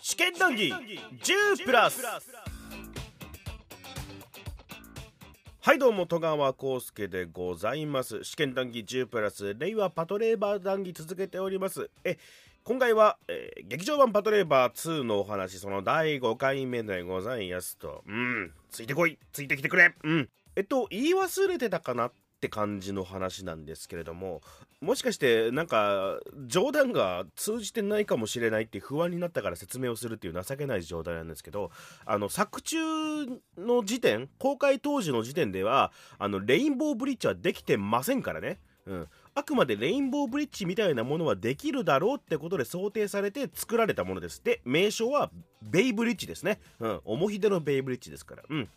試験談義10プラスはいどうも戸川浩介でございます試験談義10プラス令和パトレーバー談義続けておりますえ今回は、えー劇場版パトレーバー2のお話その第5回目でございますとうんついてこいついてきてくれうんえっと言い忘れてたかなって感じの話なんですけれどももしかしてなんか冗談が通じてないかもしれないって不安になったから説明をするっていう情けない状態なんですけどあの作中の時点公開当時の時点ではあのレインボーブリッジはできてませんからね。うんあくまでレインボーブリッジみたいなものはできるだろうってことで想定されて作られたものです。で、名称はベイブリッジですね。うん。重ひでのベイブリッジですから。うん。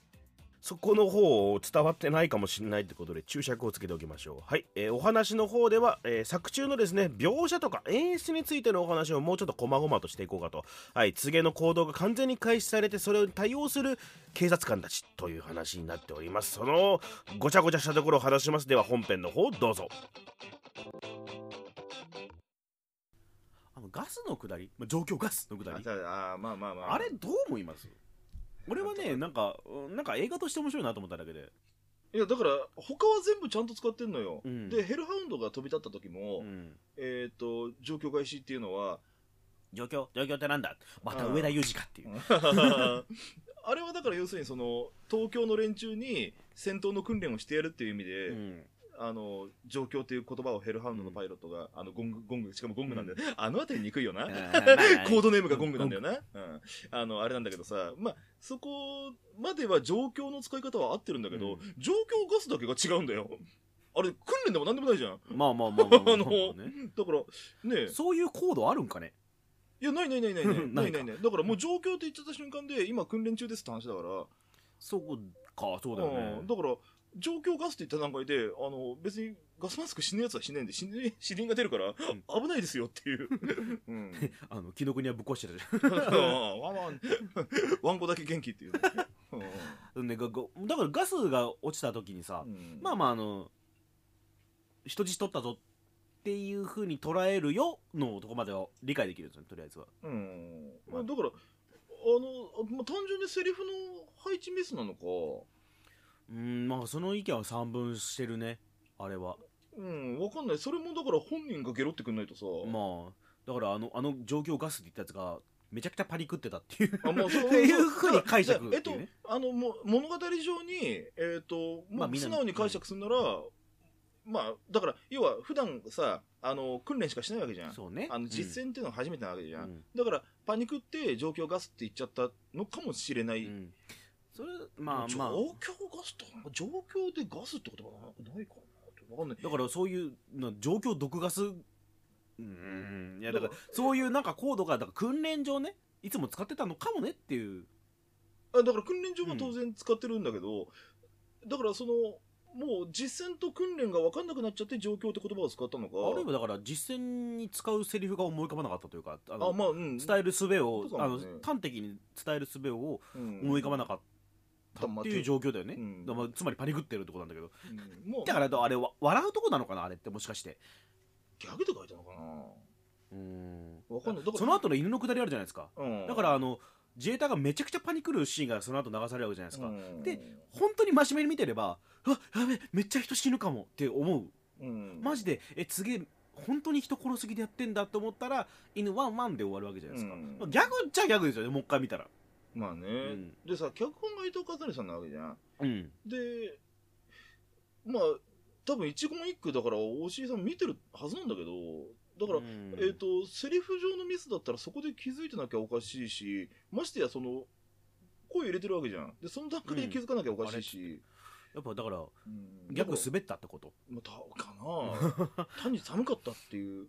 そこの方を伝わってないかもしれないってことで注釈をつけておきましょう。はい、えーお話の方では、えー作中のですね描写とか演出についてのお話をもうちょっと細々としていこうかと。はい、告げの行動が完全に開始されてそれに対応する警察官たちという話になっております。そのごちゃごちゃしたところを話します。では本編の方どうぞ。あのガスのくだり、まあ、状況ガスのくだありじゃああーまあまあまああれどう思います俺はねなんかうんなんか映画として面白いなと思っただけで、いやだから他は全部ちゃんと使ってんのよ、うんでヘルハウンドが飛び立った時も、うんえっ、と状況開始っていうのは状況状況ってなんだまたうん上田裕二かっていう、あれはだから要するにその東京の連中に戦闘の訓練をしてやるっていう意味で、うんあの状況という言葉をヘルハウンドのパイロットが、あのゴングゴングしかもゴングなんだよ、あの辺りにくいよな、 コードネームがゴングなんだよな、うん、あのあれなんだけどさ、まあ、そこまでは状況の使い方は合ってるんだけど、うん状況ガスだけが違うんだよあれ訓練でも何でもないじゃんまあまあまあまあまあまあまああねだからねえ そういうコードあるんかねいやないないないないない なないいかないないだからもう状況って言っちゃった瞬間で今訓練中ですって話だからそうかそうだよねうんだから状況ガスって言った段階であの別にガスマスク死ぬやつは死ねんで死ね死人が出るから、危ないですよっていう、うん、あの紀ノ国はぶっ壊してたじうんワンワンワンコだけ元気っていう、うんゃん ねがごだからガスが落ちた時にさ、うんまあまああの人質取ったぞっていうふうに捉えるよのとこまでは理解できるんですよねとりあえずはうん、まあだからあの、まあ、単純にセリフの配置ミスなのかうんまあその意見は三分してるねあれはうんわかんないそれもだから本人がゲロってくんないとさ、まあだからあのあの状況ガスって言ったやつがめちゃくちゃパニクってたっていう あまあ、そうっていうふうに解釈えっってというね、あの、もう物語上に、えっ、と、まあもうみんな素直に解釈するなら、まあ、だから、要は、普段さ、あの、訓練しかしないわけじゃん。そうねあの、実践っていうのは初めてなわけじうゃんん。うんだから、パニックって状況ガスって言っちゃったのかもしれない。うんそれまあ状まあ況ガスと、状況でガスってことはないかなわかんない。だからそういうな状況毒ガスうんいやだからだかそういうなんかコードがだから訓練上ねいつも使ってたのかもねっていうあだから訓練場は当然使ってるんだけど、だからその、もう実践と訓練が分かんなくなっちゃって状況って言葉を使ったのか。あるいはだから実践に使うセリフが思い浮かばなかったというかあのあ、まあ、うん。伝える術を、そうあかのもね端的に伝える術を思思い浮かばなっかったっていう状況だよね、うんだからまあつまりパニクってるってことなんだけどた。うんもうだからあれわ笑うとこなのかなあれってもしかしてギャグで書いたのかうんわかんないだからその後の犬のくだりあるじゃないですか、な。うんだからあの自衛隊がめちゃくちゃパニクるシーンがその後流されるわけじゃないですか、うんで本当に真面目に見てればうわやべめっちゃ人死ぬかもって思ううんマジでえ次本当に人殺す気でやってんだと思ったら犬ワンワンで終わるわけじゃないですか、うんまあギャグっちゃギャグですよねもう一回見たらまあね、んでさ脚本が伊藤和成さんなわけじゃんうんでまあ多分一言一句だから大重さん見てるはずなんだけどだから、うんえっ、とセリフ上のミスだったらそこで気づいてなきゃおかしいしましてやその声入れてるわけじゃんでその段階で気づかなきゃおかしいし、やっぱだからうんギャグ滑ったってことまあ、たかな 単に寒かったっていう。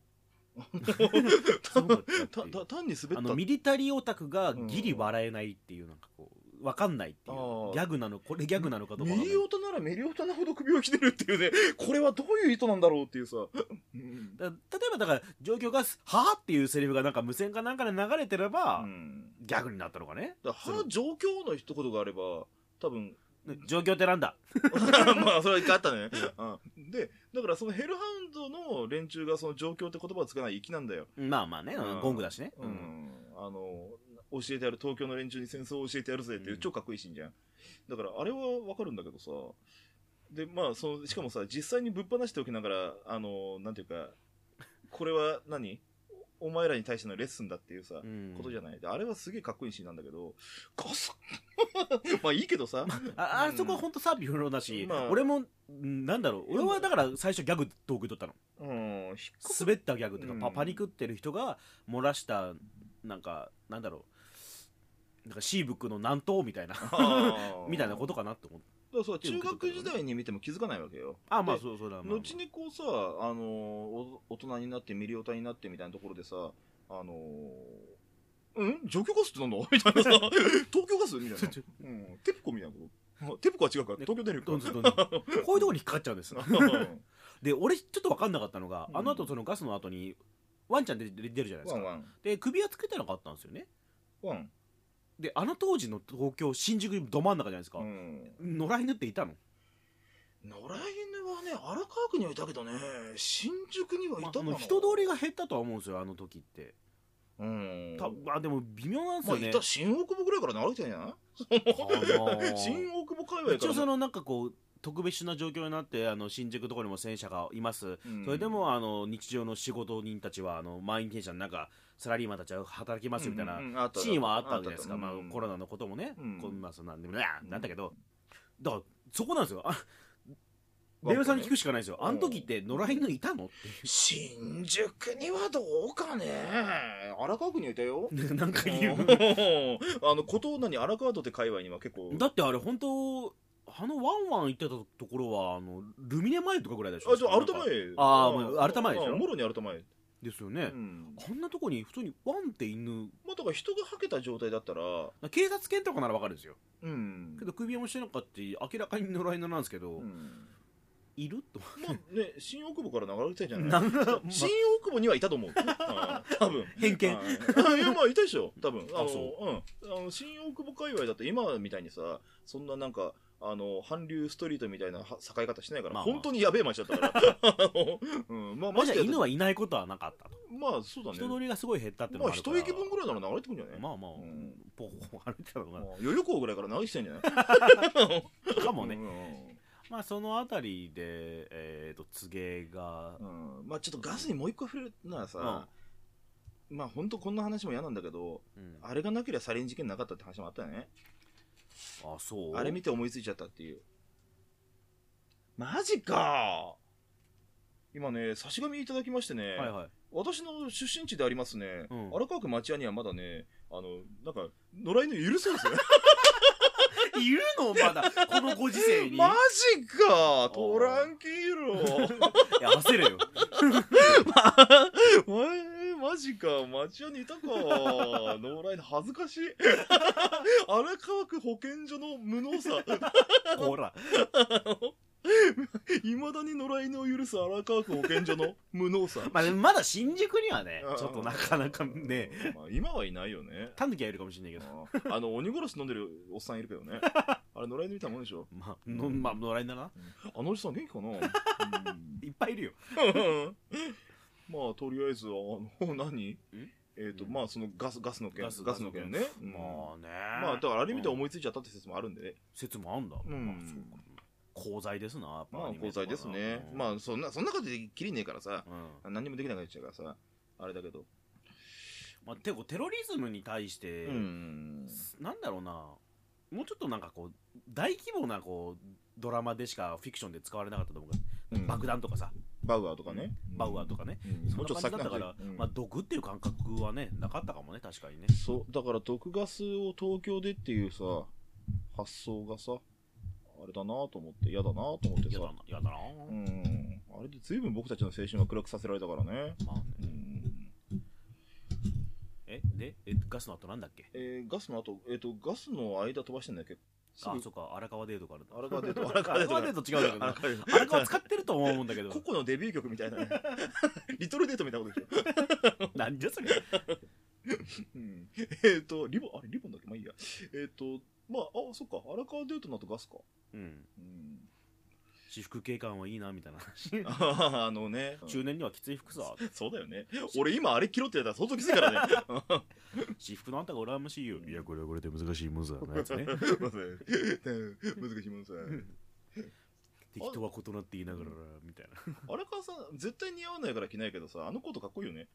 すごかったってたいうた単に滑ったあのミリタリーオタクがギリ笑えないっていうなんかこうわかんないっていうあーギャグなのこれギャグなのかどうかわかんメなリいオタならメリオタなほど首をひねるっていうねこれはどういう意図なんだろうっていう さ、うんだ例えばだから状況が「はあ?」っていうセリフがなんか無線かなんかで流れてれば、うんギャグになったのかねだからは状況の一言があれば多分ね状況ってなんだまあそれは一回あったね、うん、でだからそのヘルハウンドの連中がその状況って言葉をつかない粋なんだよ、まあまあね、うんうんゴングだしね、うんあの教えてやる、東京の連中に戦争を教えてやるぜっていううん超かっこいいシーンじゃん。だから、あれはわかるんだけどさ、で、まあ、その、しかもさ、実際にぶっ放しておきながら、あの、なんていうか、これは何お前らに対してのレッスンだっていうさ、ことじゃないない。であれはすげえかっこいいシーンなんだけど、こそ まあいいけどさ、ああうんそこは本当サービ不能だし、まあ俺もうんなんだろう俺はだから最初ギャグ道具取ったのうん、引っ こ滑ったギャグとか、うん。パパニクってる人が漏らしたなんかなんだろうなんかシーブックの南東みたいなみたいなこととかなって思ってだからそう中学時代に見ても気づかないわけよ。あまあでそうそうだ、まあまあ、後にこうさ、あのーお大人になって、ミリオタになってみたいなところでさ、あのーん除去ガスってなんだみたい なさ、東京ガスみたいな。うん、テプコみたいなこと。あテプコは違うから、ね東京電ど力んか。ずどんずんこういう ところに引っかかっちゃうんですうんで俺ちょっと分かんなかったのが、うんあの後そのガスの後にワンちゃんで出るじゃないですワかンワン。で首輪つけてなかったんですよねワン。であの当時の東京新宿ど真ん中じゃないですか、うん。野良犬っていたの野良犬はね、荒川区にはいたけどね、新宿にはいまあ、そたかなの人通りが減ったとは思うんですよあの時ってうん。たあでも微妙なんですまあ、よいね、た新大久保ぐらいからね歩いてんじゃないかな 新大久保界隈一か応らそね。のなんかこう特別な状況になってあの新宿とこにも戦車がいます、うんそれでもあの日常の仕事人たちはあの満員電車の中サラリーマンたちは働きますみたいなシーンはあったわけじゃないですか、まあ、コロナのこともね、うんこうまあ、そんなんでもうんなんだけど、だからそこなんですよあわかるねレイブさんに聞くしかないですよ、あの時って野良犬いたのっ 新宿にはどうかね荒川区にはいたよ。てなんか言う あの、ことなに荒川戸って界隈には結構。だってあれ本当あのワンワン行ってたところはあのルミネ前とかぐらいでしょあ、ちょ、アルタなん前か。あーもうアルタ前でしょあもろにアルタ前。ですよね、うんあんなとこに普通にワンって犬まあ、だから人がはけた状態だったら、警察犬とかならわかるんですようんけ。ど首輪もしてなかったし明らかに野良犬なんですけど、うんいるとまあね、新大久保から流れてたじゃ なないんか新大久保にはいたと 思う。あー多分。偏見はいいや、まあ、いたでしょ、多分。あの、。あそうん。あの、新大久保界隈だと今みたいにさ、そんななんか、あの、韓流ストリートみたいなは栄え方してないから、まあまあ本当にやべえ街だったから。 あのうん、ままあ、まあじゃしあてや犬はいないことはなかったと、まあ、そうだね。人通りがすごい減ったってのまもあ、あるか一ら駅分ぐらいなら流れてくんじゃないまあまあ、うんポコポコ歩いてたのまかあ、代々木ぐらいから流してんじゃないなかもね、ね。まあその辺りでえっ、と柘植がうん。まあ、ちょっとガスにもう一個触れるならさ、まあ、本当こんな話も嫌なんだけど、うんああれがなければサリン事件なかったって話もあったよね。そうあれ見て思いついちゃったっていう。マジか今ね、差し紙いただきましてね、はいはい私の出身地でありますね、うん荒川区町屋にはまだね、あの、なんか、野良犬いるそ うですね。いるのまだこのご時世に、マジかトランキーロ いや焦れよえーマジか町屋にいたか野良犬恥ず かしい。荒川区保健所の無能さ。ほらいまだに野良犬を許す荒川区保健所の無能さ。まあ、まだ新宿にはねうんちょっとなかなかねまあ、今はいないよね。タヌキはいるかもしれないけどああの、鬼殺し飲んでるおっさんいるけ どね。あれ、野良犬みたいなもんでしょ。まあのまあ野良犬だなあのおじさん元気かなうんいっぱいいるよまあ、とりあえず、あの、何えっ、と、うんまあ、そのガス、ガスの件、ガガススの件ね。うんまあねまあ、だからあれ見て思いついちゃったって説もあるんでね。説もあんだ、うんまあそうか功罪ですなやっぱまあ、交際ですね。まあ、そんな、そんなことできりねえからさあ、、うん何にもできなくなっちゃうからさ、あれだけど。まあ、てかテロリズムに対して、うん。なんだろうなもうちょっとなんかこう大規模なこうドラマでしかフィクションで使われなかったと思うから、うん爆弾とかさバウアーとかね。バウアーとかね、うん。そんな感じだったから、まあ、毒っていう感覚はねなかったかもね確かにねそう、だから毒ガスを東京でっていうさ、発想がさ、あれだなと思って、嫌だなと思ってやさだな、やだな、うん、あれで随分僕たちの青春は暗くさせられたからね。まあねうんえでえガスの後なんだっけえーガスの後、えっ、と、ガスの間飛ばしてんだっけすあぐそうか荒川デートから荒川デート荒川デ荒川デーート違うんだ荒け川ど荒川使ってると思うんだけ どココのデビュー曲みたいな ね。リトルデートみたいなことでしょ。なんじゃそれうんえっ、と、リボン、あれリボンだっけまあいいや。えっ、と、まあ、あ、そっか、荒川デートの後ガスか。うんうん。私服警官はいいなみたいな話あはは あのね。中年にはきつい服さ そうだよね。俺今あれ切ろってやったら相当きついからね。私服のあんたが羨ましいよ。いや、これはこれで難しいもんさ。のやつ ね難しいもんさ。敵とは異なって言いながら、みたいな。荒川さん、絶対似合わないから着ないけどさ、あのコートかっこいいよね。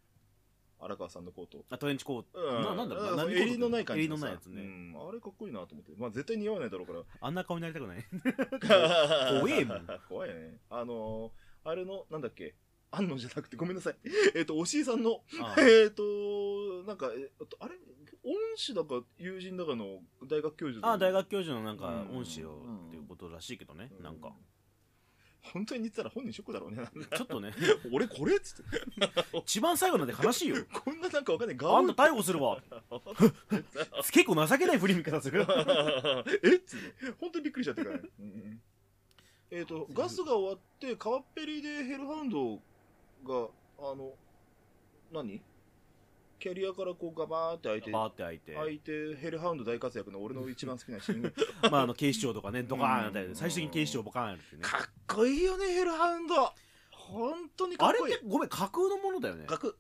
荒川さんのコート。あ、トレンチコート。うんななんだろうあな何コート襟のない感じ襟のないやつねうんあれかっこいいなと思って。まあ絶対似合わないだろうから。あんな顔になりたくない。怖えもん。 怖いね。あのー、あれの、なんだっけ。安野じゃなくて、ごめんなさい。 えっ、と、おしいさんの、 あえっ、と、なんか、えっとあれ、恩師だか友人だかの大学教授ああ、大学教授のなんかうん恩師をっていうことらしいけどね、なんか。。本当に似てたら本人ショックだろうね。 ちょっとね、俺これっつって。一番最後なんて悲しいよ。こんななんかわかんない。ガ あウんンた逮捕するわ。 結構情けない振り見方す る。えっつって本当にびっくりしちゃったから、ねうんうんえっ、とガスが終わって川っぺりでヘルハウンドがあの何キャリアからこうガバーって開いてバーって開いて、開いてヘルハウンド大活躍の俺の一番好きなシーン まあ、あの警視庁とかね、ドカーンって開いてうん最終的に警視庁ボカーンやるっていうね。 かっこいいよねヘルハウンド本当にかあっれこいいって、ごめん、架空のものだよね。ガク、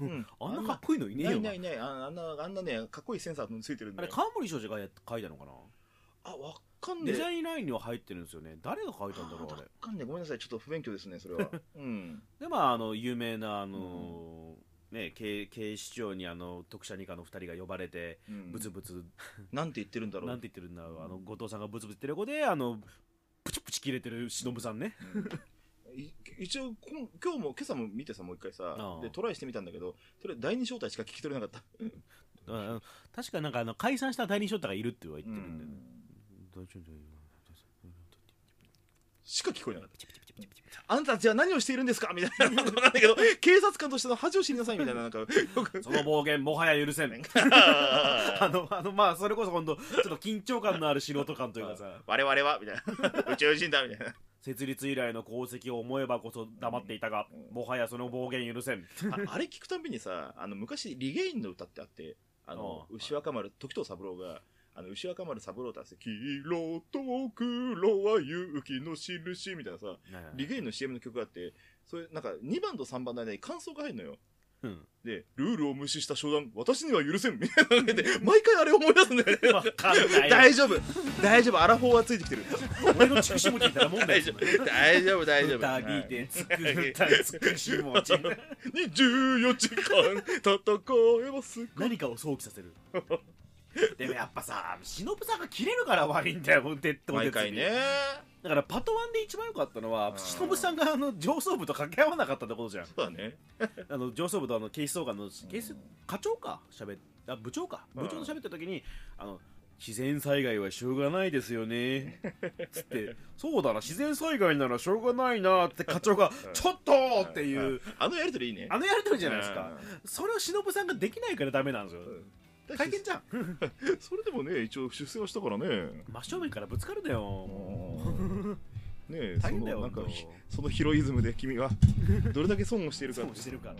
うん、あんなかっここいいのいねえよな。ないないないああんなあんなねかっこいいセンサーのついてるんあだれ、よカンブリ少女がや書いたのかなあわかんねデザえインラインには入ってるんですよね。誰が書いたんだろう、ああれわ。かんねえごめんなさいちょっと不勉強ですねそれはうんで、まあ、あの、有名な、あのー、ね、警警視庁にあの特殊二課の二人が呼ばれてうんブツブツなんて言ってるんだろうなんて言ってるんだろうあの後藤さんがブツブツ言ってる子であのプチプチ切れてる忍さんねい一応こん今日も今朝も見てさもう一回さああでトライしてみたんだけどそれ第二招待しか聞き取れなかったうん確かなんかあの解散した第二翔太がいるっては言ってるんだよね。大丈夫だよしか聞こえなかったあなたたちは何をしているんですかみたいなことなんだけど警察官としての恥を知りなさいみたいななんかよくその暴言もはや許せんあのあのまあそれこそ本当ちょっと緊張感のある素人感というかさ我々はみたいな宇宙人だみたいな設立以来の功績を思えばこそ黙っていたがもはやその暴言許せんああれ聞くたびにさあの昔リゲインの歌ってあってあのああ牛若丸時藤三郎があの牛若丸三郎ってあって黄色と黒は勇気の印みたいなさリゲインの CM の曲があって、それ、なんか、2番と3番の間に感想が入るのよ。うんで、ルールを無視した商談、私には許せんみたいなので、毎回あれ思い出すんだよね。 わかんない大丈夫大丈夫アラフォーはついてきてる。俺の畜生餅みたいなもんだ大よ丈夫大丈夫大丈夫。歌にはいて作った美しい 餅24時間戦えばすごい。 何かを想起させる でもやっぱさ忍さんが切れるから悪いんだよもう徹頭毎徹尾回ね。だからパトワンで一番良かったのはうん忍さんがあの上層部と掛け合わなかったところじゃんそうだね。あの上層部とあの警視総監の警視課長か喋っあ部長かうん部長と喋った時にあの自然災害はしょうがないですよねつ ってそうだな自然災害ならしょうがないなって課長がうんちょっとーっていうあのやりとりいいね。あのやりとりじゃないですうかん。それを忍さんができないからダメなんですよだし大変じゃんそれでもね、一応出世はしたから ね。真正面からぶつかるんだよもねえう、大変だそよのなんか本当ひそのヒロイズムで君はどれだけ損をしているか損をしてるか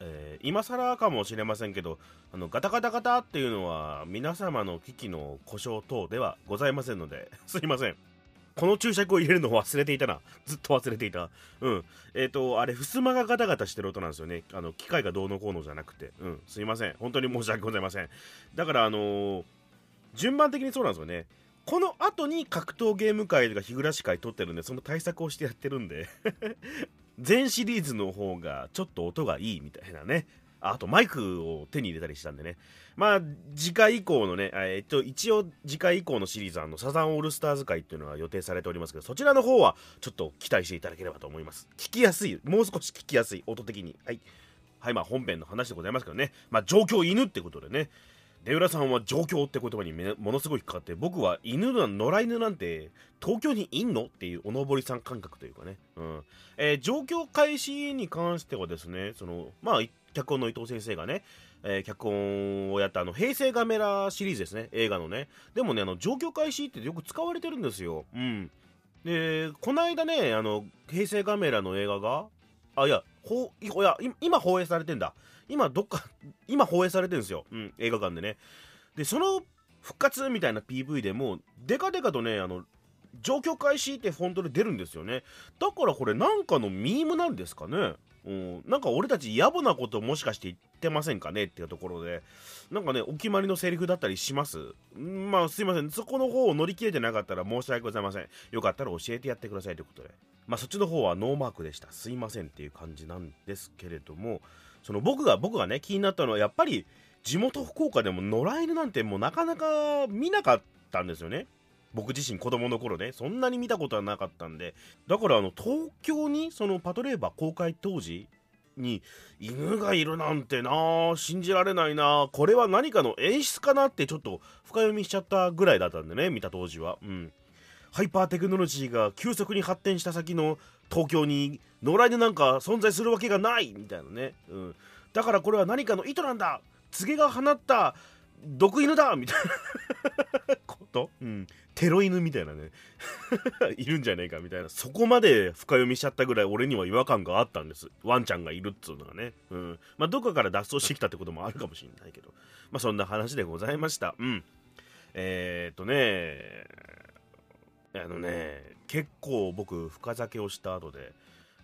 えー今更かもしれませんけどあのガタガタガタっていうのは皆様の機器の故障等ではございませんので すいませんこの注釈を入れるのを忘れていたなずっと忘れていたうんえっ、とあれ襖がガタガタしてる音なんですよねあの機械がどうのこうのじゃなくてうんすいません本当に申し訳ございませんだからあのー順番的にそうなんですよねこの後に格闘ゲーム会とか日暮らし会撮ってるんでその対策をしてやってるんで 全シリーズの方がちょっと音がいいみたいなねああとマイクを手に入れたりしたんでねまあ次回以降のねえーっと一応次回以降のシリーズはあのサザンオールスターズ会っていうのは予定されておりますけどそちらの方はちょっと期待していただければと思います聞きやすいもう少し聞きやすい音的にはいはいまあ本編の話でございますけどねまあ状況犬ってことでね出浦さんは状況って言葉にめものすごい引っかかって僕は犬な野良犬なんて東京にいんのっていうおのぼりさん感覚というかね、うんえー状況開始に関してはですねそのまあい脚本の伊藤先生がね、えー脚本をやったあの平成ガメラシリーズですね映画のねでもねあの状況開始ってよく使われてるんですようんでこの間ねあの平成ガメラの映画があいやほういやい今放映されてんだ今どっか今放映されてるんですよ、うん、映画館でねでその復活みたいな PV でもうデカデカとねあの状況開始ってフォントで出るんですよねだからこれなんかのミームなんですかねうん、なんか俺たち野暮なこともしかして言ってませんかねっていうところでなんかねお決まりのセリフだったりしますんまあすいませんそこの方を乗り切れてなかったら申し訳ございませんよかったら教えてやってくださいということでまあそっちの方はノーマークでしたすいませんっていう感じなんですけれどもその僕が僕がね気になったのはやっぱり地元福岡でも野良犬なんてもうなかなか見なかったんですよね僕自身子供の頃ねそんなに見たことはなかったんでだからあの東京にそのパトレーバー公開当時に犬がいるなんてなあ信じられないなあこれは何かの演出かなってちょっと深読みしちゃったぐらいだったんでね見た当時はうんハイパーテクノロジーが急速に発展した先の東京に野良犬なんか存在するわけがないみたいなね、うん、だからこれは何かの意図なんだ告げが放った毒犬だみたいなことうんテロ犬みたいなね いるんじゃねえかみたいなそこまで深読みしちゃったぐらい俺には違和感があったんですワンちゃんがいるっつうのがねうんまあどっかから脱走してきたってこともあるかもしれないけどまあそんな話でございましたうんえー、っとねあのね結構僕深酒をした後で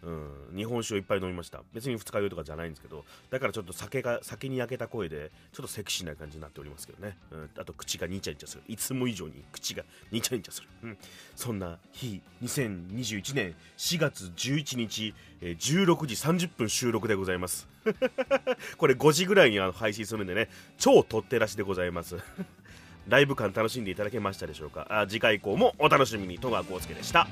うん、日本酒をいっぱい飲みました別に二日酔いとかじゃないんですけどだからちょっと酒が酒に焼けた声でちょっとセクシーな感じになっておりますけどね、うん、あと口がニチャニチャするいつも以上に口がニチャニチャする、うん、そんな日2021年4月11日、えー、16時30分収録でございます これ5時ぐらいにあの配信するんでね超とってらしでございます ライブ感楽しんでいただけましたでしょうかあ次回以降もお楽しみに戸川浩介でした